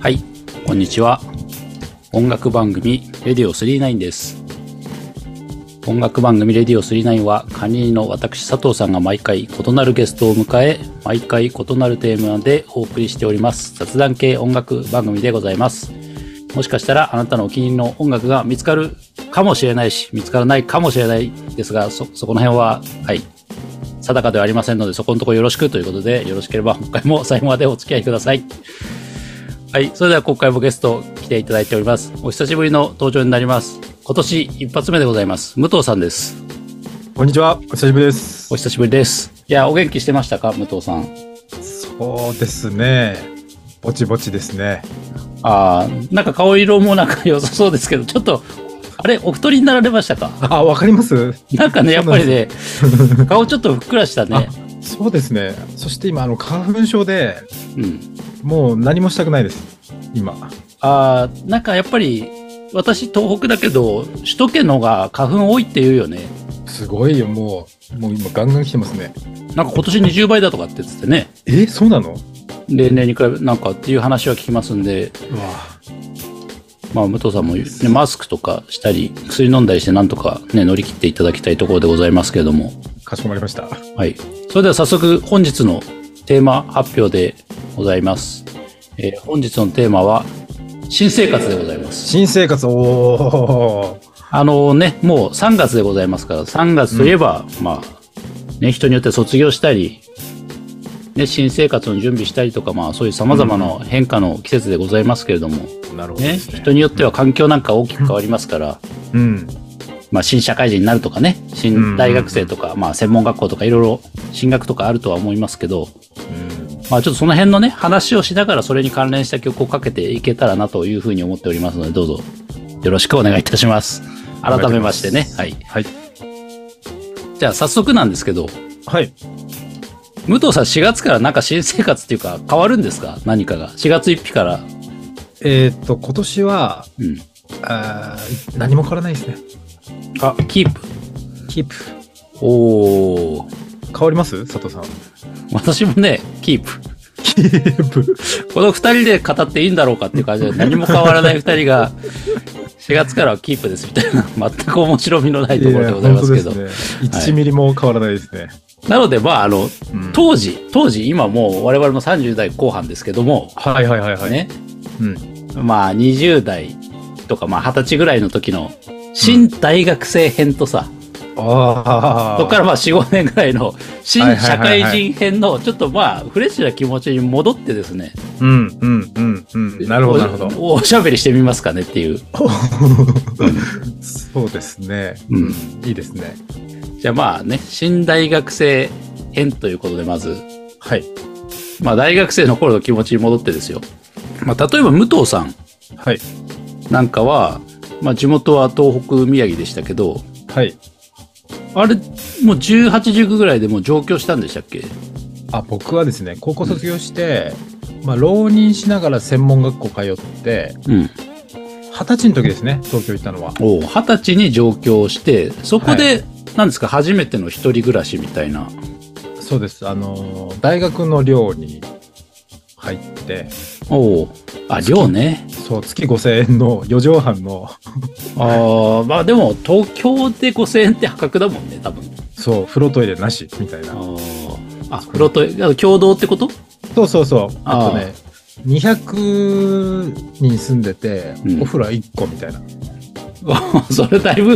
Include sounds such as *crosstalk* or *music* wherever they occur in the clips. はい、こんにちは。音楽番組レディオ39です。音楽番組レディオ39は管理人の私佐藤さんが毎回異なるゲストを迎え、毎回異なるテーマでお送りしております。雑談系音楽番組でございます。もしかしたらあなたのお気に入りの音楽が見つかるかもしれないし、見つからないかもしれないですが、そ、そこの辺は、はい、定かではありませんので、そこのところよろしくということで、よろしければ今回も最後までお付き合いください。はい、それでは今回もゲスト来ていただいております。お久しぶりの登場になります。今年一発目でございます。武藤さんです。こんにちは、お久しぶりですお。久しぶりです。いや、お元気してましたか武藤さん。そうですね。ぼちぼちですね。あー、なんか顔色もなんか良さそうですけど、ちょっと、あれ、お太りになられましたかあ、わかりますなんかね、やっぱりね、顔ちょっとふっくらしたね。そうですね。そして今、あの、花粉症で、うん。もう何もしたくないです。今。あー、なんかやっぱり、私東北だけど、首都圏の方が花粉多いって言うよね。すごいよ、もう。もう今、ガンガン来てますね。なんか今年20倍だとかって言ってね、え、そうなのうわ例年に比べなんかっていう話は聞きますんで、まあ、武藤さんも、ね、マスクとかしたり、薬飲んだりして、なんとかね、乗り切っていただきたいところでございますけれども。かしこまりました。はい。それでは早速、本日のテーマ発表でございます。えー本日のテーマは、新生活でございます。新生活、おー。あのね、もう3月でございますから、3月といえば、まあ、ね、人によって卒業したり、ね、新生活の準備したりとか、まあ、そういう様々な変化の季節でございますけれども、なるほどね、ですね。人によっては環境なんか大きく変わりますから、うん。まあ、新社会人になるとかね、新大学生とか、まあ、専門学校とかいろいろ進学とかあるとは思いますけど、まあ、ちょっとその辺のね、話をしながらそれに関連した曲をかけていけたらなというふうに思っておりますので、どうぞよろしくお願いいたします。改めましてね。はい。はい。じゃあ、早速なんですけど、はい。武藤さん4月からなんか新生活っていうか変わるんですか何かが。4月1日から。えーっと、今年は、うん。あー何も変わらないですね。あ、キープ。キープ。おー。変わります佐藤さん。私もね、キープ。キープ。この二人で語っていいんだろうかっていう感じ *laughs* で何も変わらない二人が4月からはキープですみたいな *laughs* 全く面白みのないところでございますけど、や本当ですね、1ミリも変わらないですね。なのでまああのうん当時当時今もう我々も30代後半ですけども、はいはいはいはい。ねうん。まあ20代とかまあ20歳ぐらいの時の新大学生編とさ、ああ。そこからまあ45年ぐらいの新社会はいはいはい人編のちょっとまあフレッシュな気持ちに戻ってですねうんうんうんうん。なるほどなるほど。おおしゃべりしてみますかねっていうそうですね。うん。いいですね。じゃあまあね、新大学生編ということで、まず、はい。まあ大学生の頃の気持ちに戻ってですよ。まあ例えば武藤さんはい。なんかは、まあ地元は東北宮城でしたけど、はい。あれ、もう18、塾ぐらいでもう上京したんでしたっけあ、僕はですね、高校卒業して、まあ、浪人しながら専門学校通って、うん。二十歳の時ですね、東京行ったのは。おう二十歳に上京して、そこで、なんですか、初めての一人暮らしみたいな。そうです。あのー、大学の寮に入って、おうあ、寮ね。そう、月5000円の4畳半の、ああ、まあでも、東京で5000円って破格だもんね、多分。そう、風呂トイレなし、みたいな。ああ、風呂と、あ共同ってことそうそうそう。あーあとね、200人住んでて、うんお風呂1個みたいな。 *laughs* それだいぶ、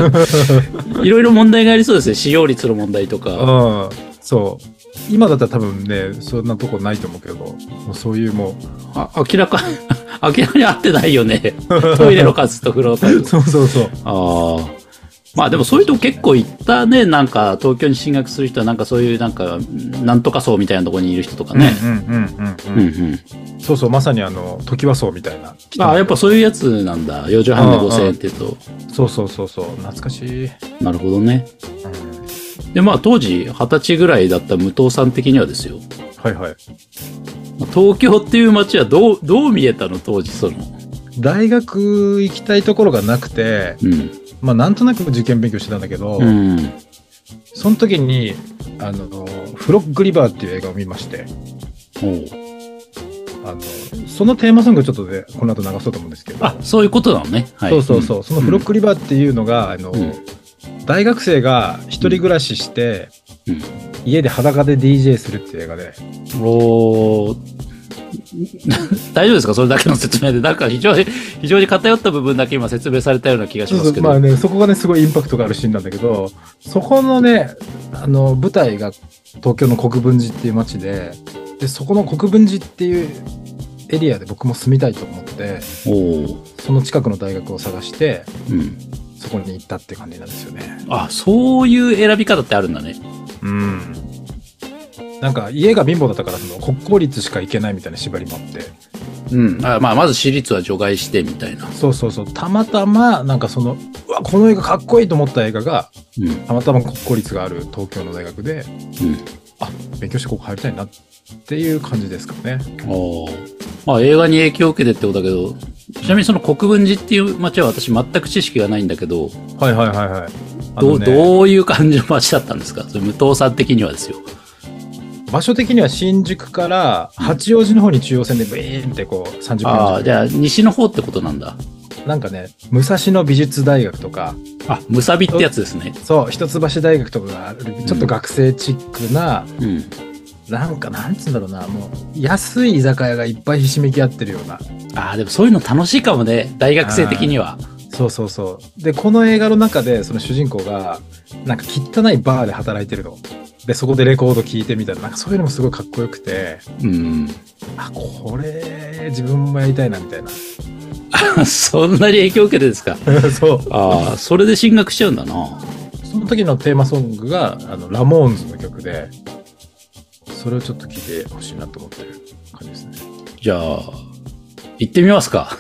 いろいろ問題がありそうですね。使用率の問題とか。うん。そう。今だったら多分ね、そんなとこないと思うけど、もうそういうもう。あ明らか、 *laughs* 明らかに合ってないよね。 *laughs* トイレの数と風呂の *laughs* 数。そうそうそう。ああ。まあでもそういうとこ結構行ったね。なんか東京に進学する人はなんかそういうなんか、なんとか層みたいなところにいる人とかね。うんうんううんんう。うんん。そうそう、まさにあの、時はそうみたいな。ああ、やっぱそういうやつなんだ。4畳半で5000円って言うと。そうそうそうそう。懐かしい。なるほどね。でまあ当時二十歳ぐらいだった武藤さん的にはですよ。はいはい。東京っていう街はどう、どう見えたの当時その。大学行きたいところがなくて、うん。まあなんとなく受験勉強してたんだけど、うん。その時に、あの、フロッグリバーっていう映画を見まして、おうあの、そのテーマソングをちょっとで、この後流そうと思うんですけど、あ、そういうことなのね。はい。そうそうそう、そのフロックリバーっていうのが、あの、うん大学生が一人暮らしして、うん。うん家で裸で DJ するっていう映画で、おー大丈夫ですかそれだけの説明で。なんか非常に、非常に偏った部分だけ今説明されたような気がしますけど。まあね、そこがね、すごいインパクトがあるシーンなんだけど、そこのね、あの、舞台が東京の国分寺っていう街で、で、そこの国分寺っていうエリアで僕も住みたいと思って、おーその近くの大学を探して、うん。そこに行ったって感じなんですよね。あ、そういう選び方ってあるんだね。うん。なんか、家が貧乏だったから、その、国公立しか行けないみたいな縛りもあって、うん。あまあ、まず私立は除外してみたいな。そうそうそう、たまたま、なんかその、うわ、この映画かっこいいと思った映画が、うん。うん。たまたま国公立がある東京の大学で、あ勉強してここ入りたいなっていう感じですかね。おーまあ、映画に影響を受けてってことだけど、ちなみにその国分寺っていう街は私全く知識がないんだけど、はいはいはいはい。あどのうねどういう感じの街だったんですかそれ武藤さん的にはですよ。場所的には新宿から八王子の方に中央線でブイーンってこう30分ああ、じ40ゃあ西の方ってことなんだ。分なんかね、武蔵野美術大学とか、あ、むさびってやつですね。そう、一橋大学とかがある、ちょっと学生チックな、うん。なんかなんつうんだろうな、もう安い居酒屋がいっぱいひしめき合ってるような。ああ、でもそういうの楽しいかもね。大学生的には。そうそうそう。で、この映画の中で、その主人公が、なんか汚いバーで働いてるの。で、そこでレコード聴いてみたいな、なんかそういうのもすごいかっこよくて、うん。あ、これ、自分もやりたいな、みたいな。 *laughs* そんな *laughs* に影響を受けてですか。そう。ああ、それで進学しちゃうんだな。その時のテーマソングが、あの、ラモーンズの曲で、それをちょっと聴いてほしいなと思ってる感じですね。じゃあ、行ってみますか。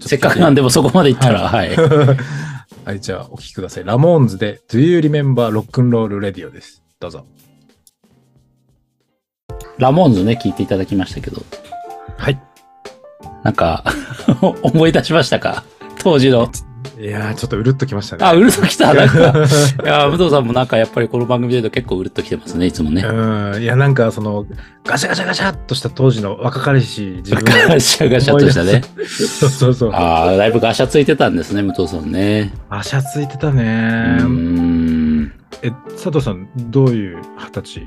せっかくなんでもそこまで行ったら、はい。 *laughs* はい、じゃあ、お聴きください。ラモーンズで、Do You Remember Rock and Roll Radio です。どうぞ。ラモーンズね、聞いていただきましたけど、はい。なんか、 *laughs* 思い出しましたか当時の。いやー、ちょっとうるっときましたね。あ、うるさきた。なんか、いや、武藤さんもなんかやっぱりこの番組で言うと結構うるっときてますね、いつもね。 *laughs* うん、いやなんかそのガシャガシャガシャっとした当時の若彼氏自 *laughs* 分ガのシャガシャとしたね。そうそうそうあああ、だいぶガシャついてたんですね、武藤さんね。シャついてたうねーん。え佐藤さんどういう二十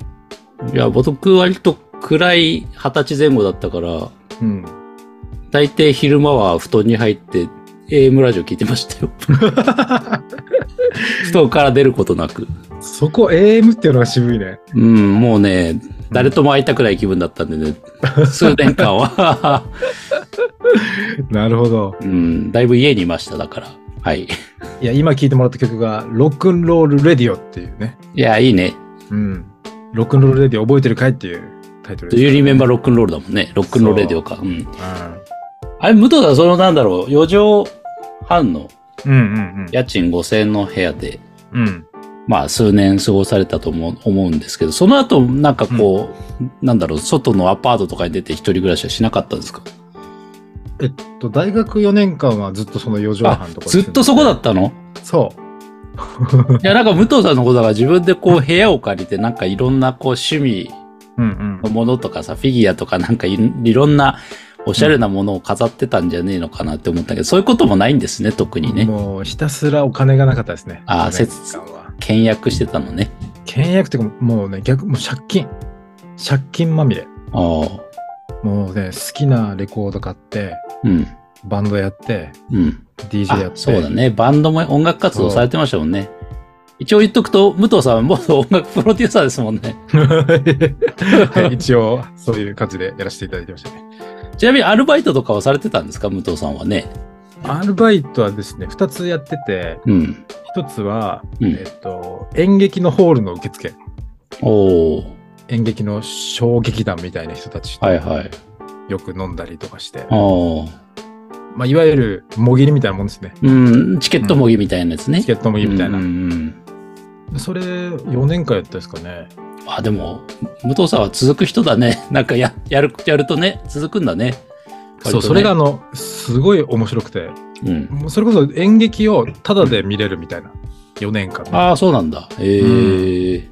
歳いや、僕割と暗い二十歳前後だったから、うん大抵昼間は布団に入って AM ラジオ聞いてましたよ。 *laughs* 布団から出ることなく。そこ AM っていうのが渋いねうん、もうね、誰とも会いたくない気分だったんでね、数年間は、 *laughs* なるほどうん、だいぶ家にいました、だから。はい。いや今聴いてもらった曲が「ロックンロール・レディオ」っていうねいや、いいね。うん「ロックンロール・レディオ覚えてるかい?」っていうタイトル Do です you remember rock and roll だもんね。ロックンロールレディオか。うん。うんあれ、武藤さん、そのなんだろう、4畳半のうんうん家賃5000円の部屋で、うんうんまあ、数年過ごされたと思う思うんですけど、その後、なんかこう、なんだろう、外のアパートとかに出て一人暮らしはしなかったんですかえっと大学4年間はずっとその4畳半のところずっとそこだったのそういや、なんか武藤さんのことだから自分でこう部屋を借りて、なんかいろんなこう趣味うんうんのものとかさ、フィギュアとかなんかいいろんなおしゃれなものを飾ってたんじゃねえのかなって思ったけど、そういうこともないんですね、特にね。もうひたすらお金がなかったですね。あー4年間は。倹約してたのね。倹約っていうかもうね、逆、もう借金。借金まみれ。ああ。もうね、好きなレコード買って、うん。バンドやって、うん。 DJ やっあて。そうだ。ね。バンドも音楽活動されてましたもんね。一応言っとくと、武藤さんは元音楽プロデューサーですもんね。 *laughs* はい一応、そういう感じでやらせていただいてましたね。ちなみにアルバイトとかはされてたんですか武藤さんはね。アルバイトはですね、2つやってて、うん。 1つは、うんえっと、演劇のホールの受付。おお。演劇の小劇団みたいな人たちとはいはい。よく飲んだりとかして、おお。まあ、いわゆる、もぎりみたいなもんですね。うん。チケット模擬みたいなやつね。チケットもぎりみたいなうんう。んうんそれ4年間やったですかね。あ、でも、武藤さんは続く人だね。 *laughs* なんかや、やる、やるとね、続くんだね。割とそねう、それがあ、の、すごい面白くて、うん。もうそれこそ演劇をタダで見れるみたいな、4年間。ああ、そうなんだ。ええ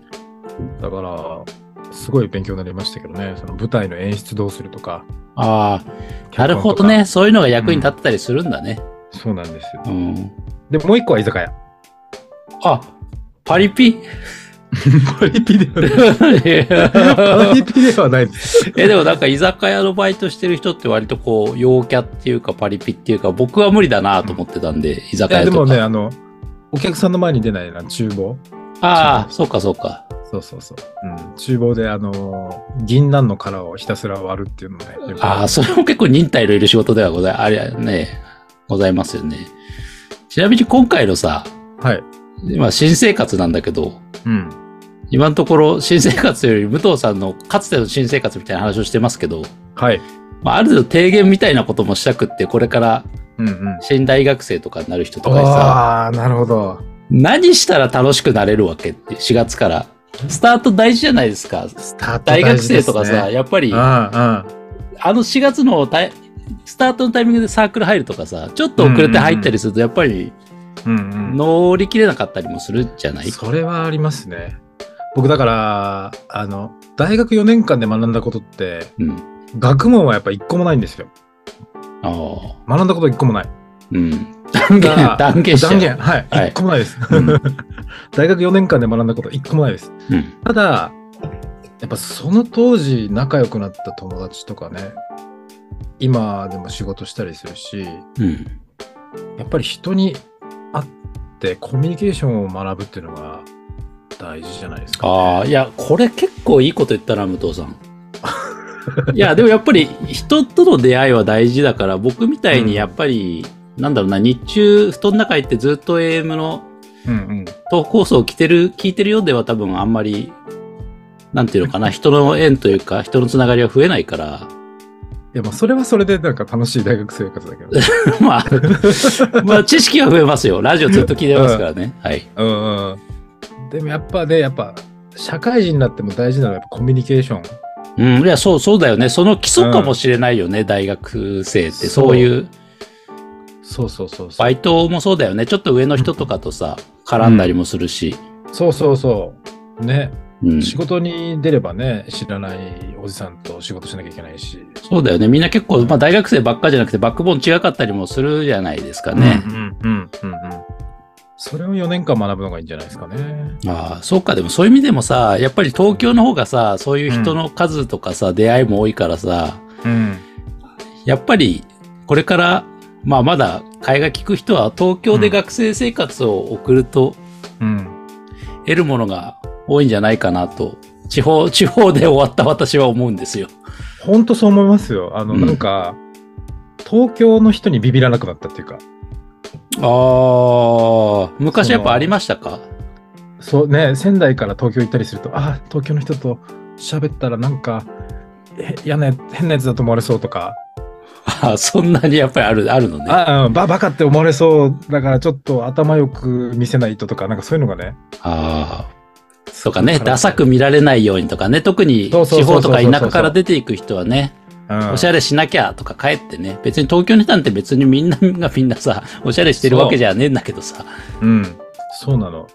だから、すごい勉強になりましたけどね、その舞台の演出どうするとか。ああ、なるほど脚ね。そういうのが役に立ったりするんだね。本とか。そうなんですよ。うん。で、もう一個は *laughs* 居酒屋。あ、パリピパリピでは *laughs* ない。パえ、リピではないで *laughs* す。でもなんか居酒屋のバイトしてる人って割とこう、陽キャっていうかパリピっていうか、僕は無理だなと思ってたんで、居い酒や、屋でともか。ね、あの、お客さんの前に出ないな、厨房。ああ、そうかそうか。そうそうそう。うん。厨房で、あの、銀杏の殻をひたすら割るっていうのもね。よくああ、それも結構忍耐のいる仕事ではござい、あれね、ございますよね。ちなみに今回のさ、はい。今新生活なんだけど、うん。今のところ新生活より武藤さんのかつての新生活みたいな話をしてますけど、はい。まあ、ある程度提言みたいなこともしたくって、これからうんうん。新大学生とかになる人とかにさ、ああ、なるほど。何したら楽しくなれるわけって、4月から。スタート大事じゃないですか。スタート大大学事で生とすねかさ、やっぱり、ああの4月のタイスタートのタイミングでサークル入るとかさ、ちょっと遅れて入ったりすると、やっぱりうんうん。うんうん。乗り切れなかったりもするじゃない、それはありますね。僕だから、あの、大学4年間で学んだことって、うん。学問はやっぱ一個もないんですよ。ああ。学んだこと一個もない。うん。断 *laughs* 言、断言しちゃう断言。はい。一、はい個もないです。うん *laughs* 大学4年間で学んだこと一個もないです。うん。ただ、やっぱその当時仲良くなった友達とかね、今でも仕事したりするし、うん。やっぱり人に会ってコミュニケーションを学ぶっていうのが大事じゃないですか、ああ、いや、これ結構いいこと言ったな、武藤さん。 *laughs* いや、でもやっぱり人との出会いは大事だから、僕みたいにやっぱり、なんだろうな、日中、布団の中行ってずっと AM のうんうん。投稿層を着てる、聞いてるようでは多分あんまり、なんていうのかな、人の縁というか、人のつながりは増えないから、 *laughs* いや、まあ、それはそれでなんか楽しい大学生活だけど。まあ、 *laughs* まあ、知識は増えますよ。ラジオずっと聞いてますからね。はい。 *laughs* うんうん。でもやっぱね、やっぱ、社会人になっても大事なのはやっぱコミュニケーション。うん、いや、そう、そうだよね。その基礎かもしれないよね、大学生って。そうそういう、そうそうそうそバう。イトもそうだよね。ちょっと上の人とかとさ、絡んだりもするし。そうそうそう。ね、うん。仕事に出ればね、知らないおじさんと仕事しなきゃいけないし。そうだよね。みんな結構、まあ大学生ばっかじゃなくて、バックボーン違かったりもするじゃないですかね。うんうんうんうんうん。それを4年間学ぶのがいいんじゃないですかね。ああ、そうか。でもそういう意味でもさ、やっぱり東京の方がさ、そういう人の数とかさ、出会いも多いからさ、うん。やっぱりこれから、まあまだ替えが利く人は東京で学生生活を送ると、うん。得るものが多いんじゃないかなと、地方、地方で終わった私は思うんですよ。ほんとそう思いますよ。あの、うんなんか、東京の人にビビらなくなったっていうか。ああ、昔やっぱありましたかそうね、仙台から東京行ったりすると、あ東京の人と喋ったらなんか、え嫌なや変なやつだと思われそうとか、 *laughs* あーそんなにやっぱりある、あるのね。ああうんババカって思われそうだからちょっと頭よく見せないととか、なんかそういうのがね、あー。そうかね、ダサく見られないようにとかね、特にそうそう地そうそ方うとか田舎から出ていく人はね、うんおしゃれしなきゃとか帰ってね、別に東京にいたんて別にみんながみんな *laughs* さ、おしゃれしてるわけじゃねえんだけどさ。うん、そうなの。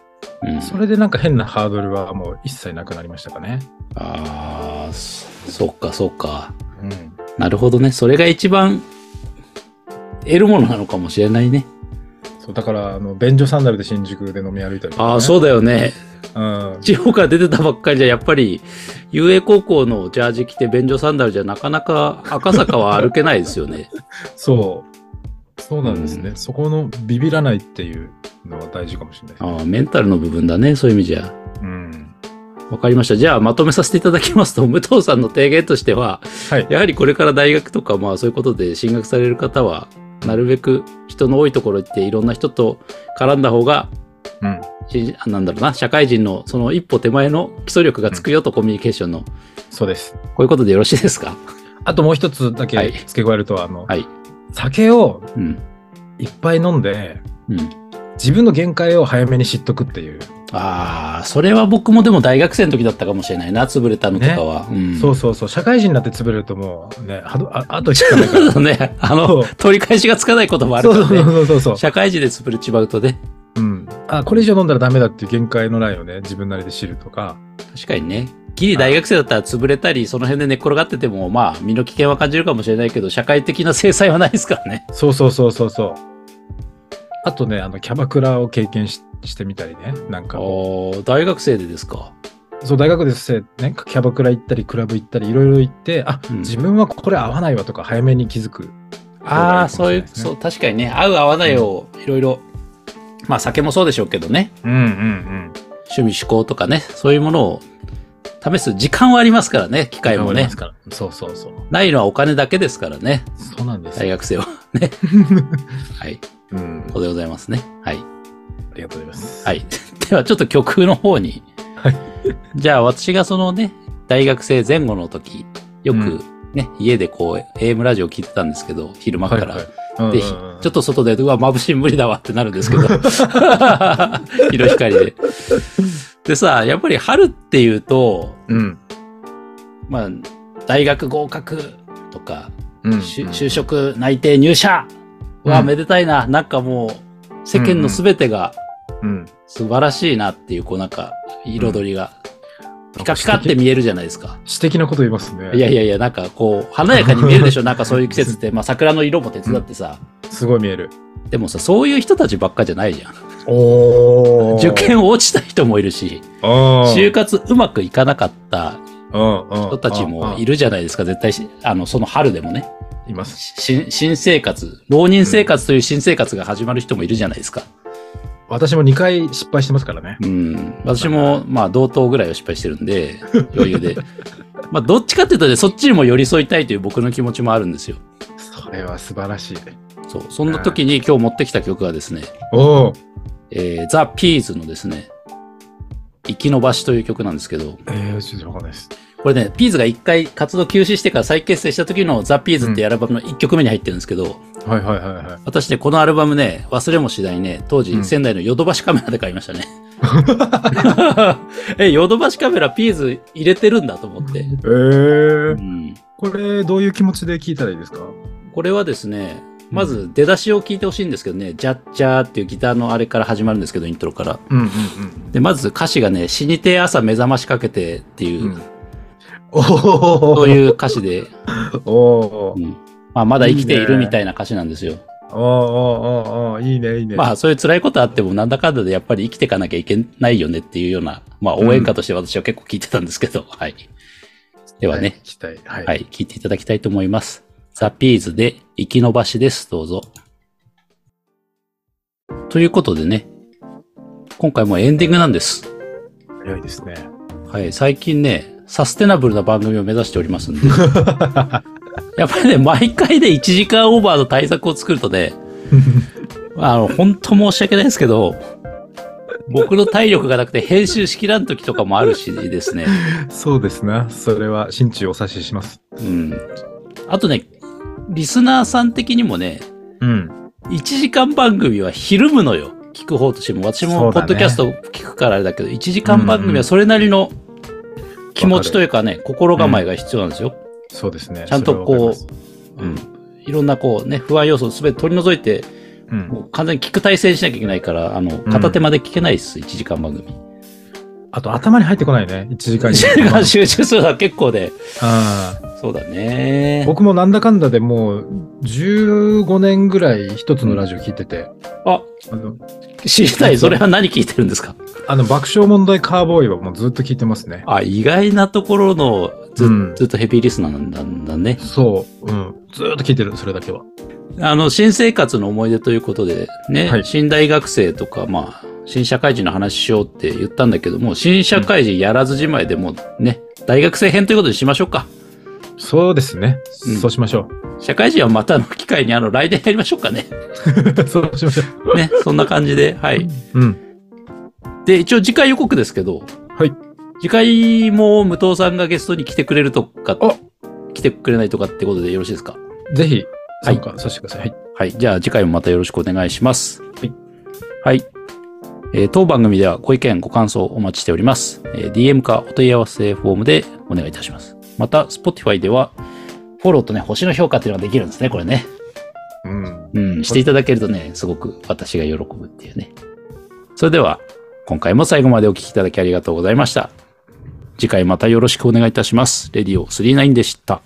うん、それでなんか変なハードルはもう一切なくなりましたかね。ああ、そそっかそっか。うん、なるほどね。それが一番得るものなのかもしれないね。そうだからあの、便所サンダルで新宿で飲み歩いたりとか、ね。ああ、そうだよね。うん地方から出てたばっかりじゃ、やっぱり、遊泳高校のジャージ着て便所サンダルじゃなかなか赤坂は歩けないですよね。そう。そうなんですね、うんそこのビビらないっていうのは大事かもしれないであす。あ、メンタルの部分だね。そういう意味じゃ。うん。わかりました。じゃあ、まとめさせていただきますと、武藤さんの提言としては、はい。やはりこれから大学とか、まあそういうことで進学される方は、なるべく人の多いところ行っていろんな人と絡んだ方がうん。しあなんだろうな、社会人のその一歩手前の基礎力がつくよと、コミュニケーションの、こそうです。ういうことでよろしいですかあともう一つだはいけ付け加えると、あの、はい。酒をうん。いっぱい飲んで、うん。自分の限界を早めに知っとくっていう。ああ、それは僕もでも大学生の時だったかもしれないな、潰れたのとかは。うん。そううそうそう。社会人になって潰れるともうね、あと、ああと引かないから。だね。あ *laughs* その、う取り返しがつかないこともあるそかうらね。そうそうそうそ社会人で潰れちまうとね。う。うん。あ、これ以上飲んだらダメだっていう限界のラインをね、自分なりで知るとか、確かにね。ギリ大学生だったら潰れたり、その辺で寝っ転がってても、まあ、身の危険は感じるかもしれないけど、社会的な制裁はないですからね。そうそうそうそうそう。あとね、あの、キャバクラを経験ししてみたりね。なんか、お大学生でですか。そう、大学で生、ね、キャバクラ行ったり、クラブ行ったり、いろいろ行って、あ、うん自分はこれ合わないわとか、早めに気づく。ああ、そういう、そそうう、確かにね、合う合わないを、いろいろ、まあ、酒もそうでしょうけどね、うんうんうん。趣味趣向とかね、そういうものを試す時間はありますからね、機会も頑張ねります。から。そうそうそう。ないのはお金だけですからね、そうなんです大よ。学 *laughs* 生は。ね。はい。うん。そうでございますね。はい。ありがとうございます。はい。 *laughs* では、ちょっと曲の方に。はいじゃあ、私がそのね、大学生前後の時、ようくね、家でこう、AM ラジオ聞いてたんですけど、昼間から。はいはいで、うひんうんうんちょっと外で、うわ、眩しい無理だわってなるんです *laughs* けど。 *laughs* 日の光で。でさ、やっぱり春っていうと、うん。まあ、大学合格とか、うんしゅ就職内定入社はうんめでたいな。なんかもう、世間の全てがうん。素晴らしいなっていう、こうなんか、彩りが、ピカピカっなてんか見えるじゃないですか。詩的なこと言いますね。いやいやいや、なんかこう、華やかに見えるでしょ。なんかそういう季節って、まあ桜の色も手伝ってさ。すごい見える。でもさ、そういう人たちばっかじゃないじゃん。お受験落ちた人もいるし、就活うまくいかなかった人人たちもいるじゃないですか、絶対し、あの、その春でもね。います。新新生活、浪人生活という新生活が始まる人もいるじゃないですか。私も2回失敗してますからね。うん。私も、まあ、同等ぐらいは失敗してるんで、余裕で。 *laughs* まあ、どっちかっていうとね、そっちにも寄り添いたいという僕の気持ちもあるんですよ。それは素晴らしい。そう。そんな時に今日持ってきた曲はですね、おお。えー、ザ・ピーズのですね、生き延ばしという曲なんですけど、えー、ちょっとわかんないです。これね、ピーズが一回活動休止してから再結成した時のザ・ピーズっていうアルバムの一曲目に入ってるんですけど、はいはいはいはい。私ね、このアルバムね、忘れもしないね、当う時ん仙台のヨドバシカメラで買いました *laughs* ね。え、ヨドバシカメラピーズ入れてるんだと思って。えーう、ん、これどういう気持ちで聞いたらいいですかこれはですね、まず出だしを聞いてほしいんですけどね、ジャッジャーっていうギターのあれから始まるんですけど、イントロから。うんうんで、まず歌詞がね、死にてえ朝目覚ましかけてっていうう、ん。おおそういう歌詞で、 *laughs* おおうんまあ、まだ生きているみたいな歌詞なんですよ。おおおいいねいいね。まあそういう辛いことあってもなんだかんだでやっぱり生きていかなきゃいけないよねっていうような、まあ応援歌として私は結構聞いてたんですけど、はい。ではね、期待。はい。はい、聞いていただきたいと思います。ザ・ピーズで生き延ばしです。どうぞ。ということでね、今回もエンディングなんです。早いですね。 *laughs* はい、最近ね、サステナブルな番組を目指しております *laughs* んで。やっぱりね、毎回で1時間オーバーの対策を作るとね、あの、本当申し訳ないですけど、僕の体力がなくて編集しきらん時とかもあるしですね。そうですな。それは心中お察しします。うん。あとね、リスナーさん的にもね、うん。 1時間番組はひるむのよ。聞く方としても、私そもうポだッねドキャスト聞くからあれだけど、1時間番組はそれなりの気持ちというかね、心構えが必要なんですよ。そうですね。ちゃんとこうそれはわかりううんん。いろんなこうね、不安要素をすべて取り除いて、ます。うん。もう完全に聞く体制にしなきゃいけないから、あの、片手まで聞けないです、1時間番組。あと頭に入ってこないね。1時間1に。時間集中するのは結構で、ああそうだね。僕もなんだかんだでもう15年ぐらい一つのラジオ聞いてて、あ、あの知りたい、それは何聞いてるんですかあの爆笑問題カーボーイはもうずっと聞いてますね。あ、意外なところのず,、うんずっとヘビーリスナーなんだんだね。そう、うん。ずっと聞いてる、それだけは。あの、新生活の思い出ということで、ね、はい新大学生とか、まあ、新社会人の話しようって言ったんだけども、新社会人やらずじまいでもうね、大学生編ということにしましょうか。そうですね。うんそうしましょ社会人はまたの機会にあの来年やりましょうか *laughs* ね。う。そうしましょね、そんな感じで、はい。う。うん。で、一応次回予告ですけど、はい。次回も武藤さんがゲストに来てくれるとかあ、来てくれないとかってことでよろしいですかぜひ、ははいい、そうしてください。はい。はい。じゃあ次回もまたよろしくお願いします。はい。はい。えー当番組ではご意見、ご感想お待ちしております。えー DM かお問い合わせフォームでお願いいたします。また、Spotify では、フォローとね、星の評価っていうのができるんですね、これね。うん。うん、していただけるとね、すごく私が喜ぶっていうね。それでは、今回も最後までお聞きいただきありがとうございました。次回またよろしくお願いいたします。レディオ39でした。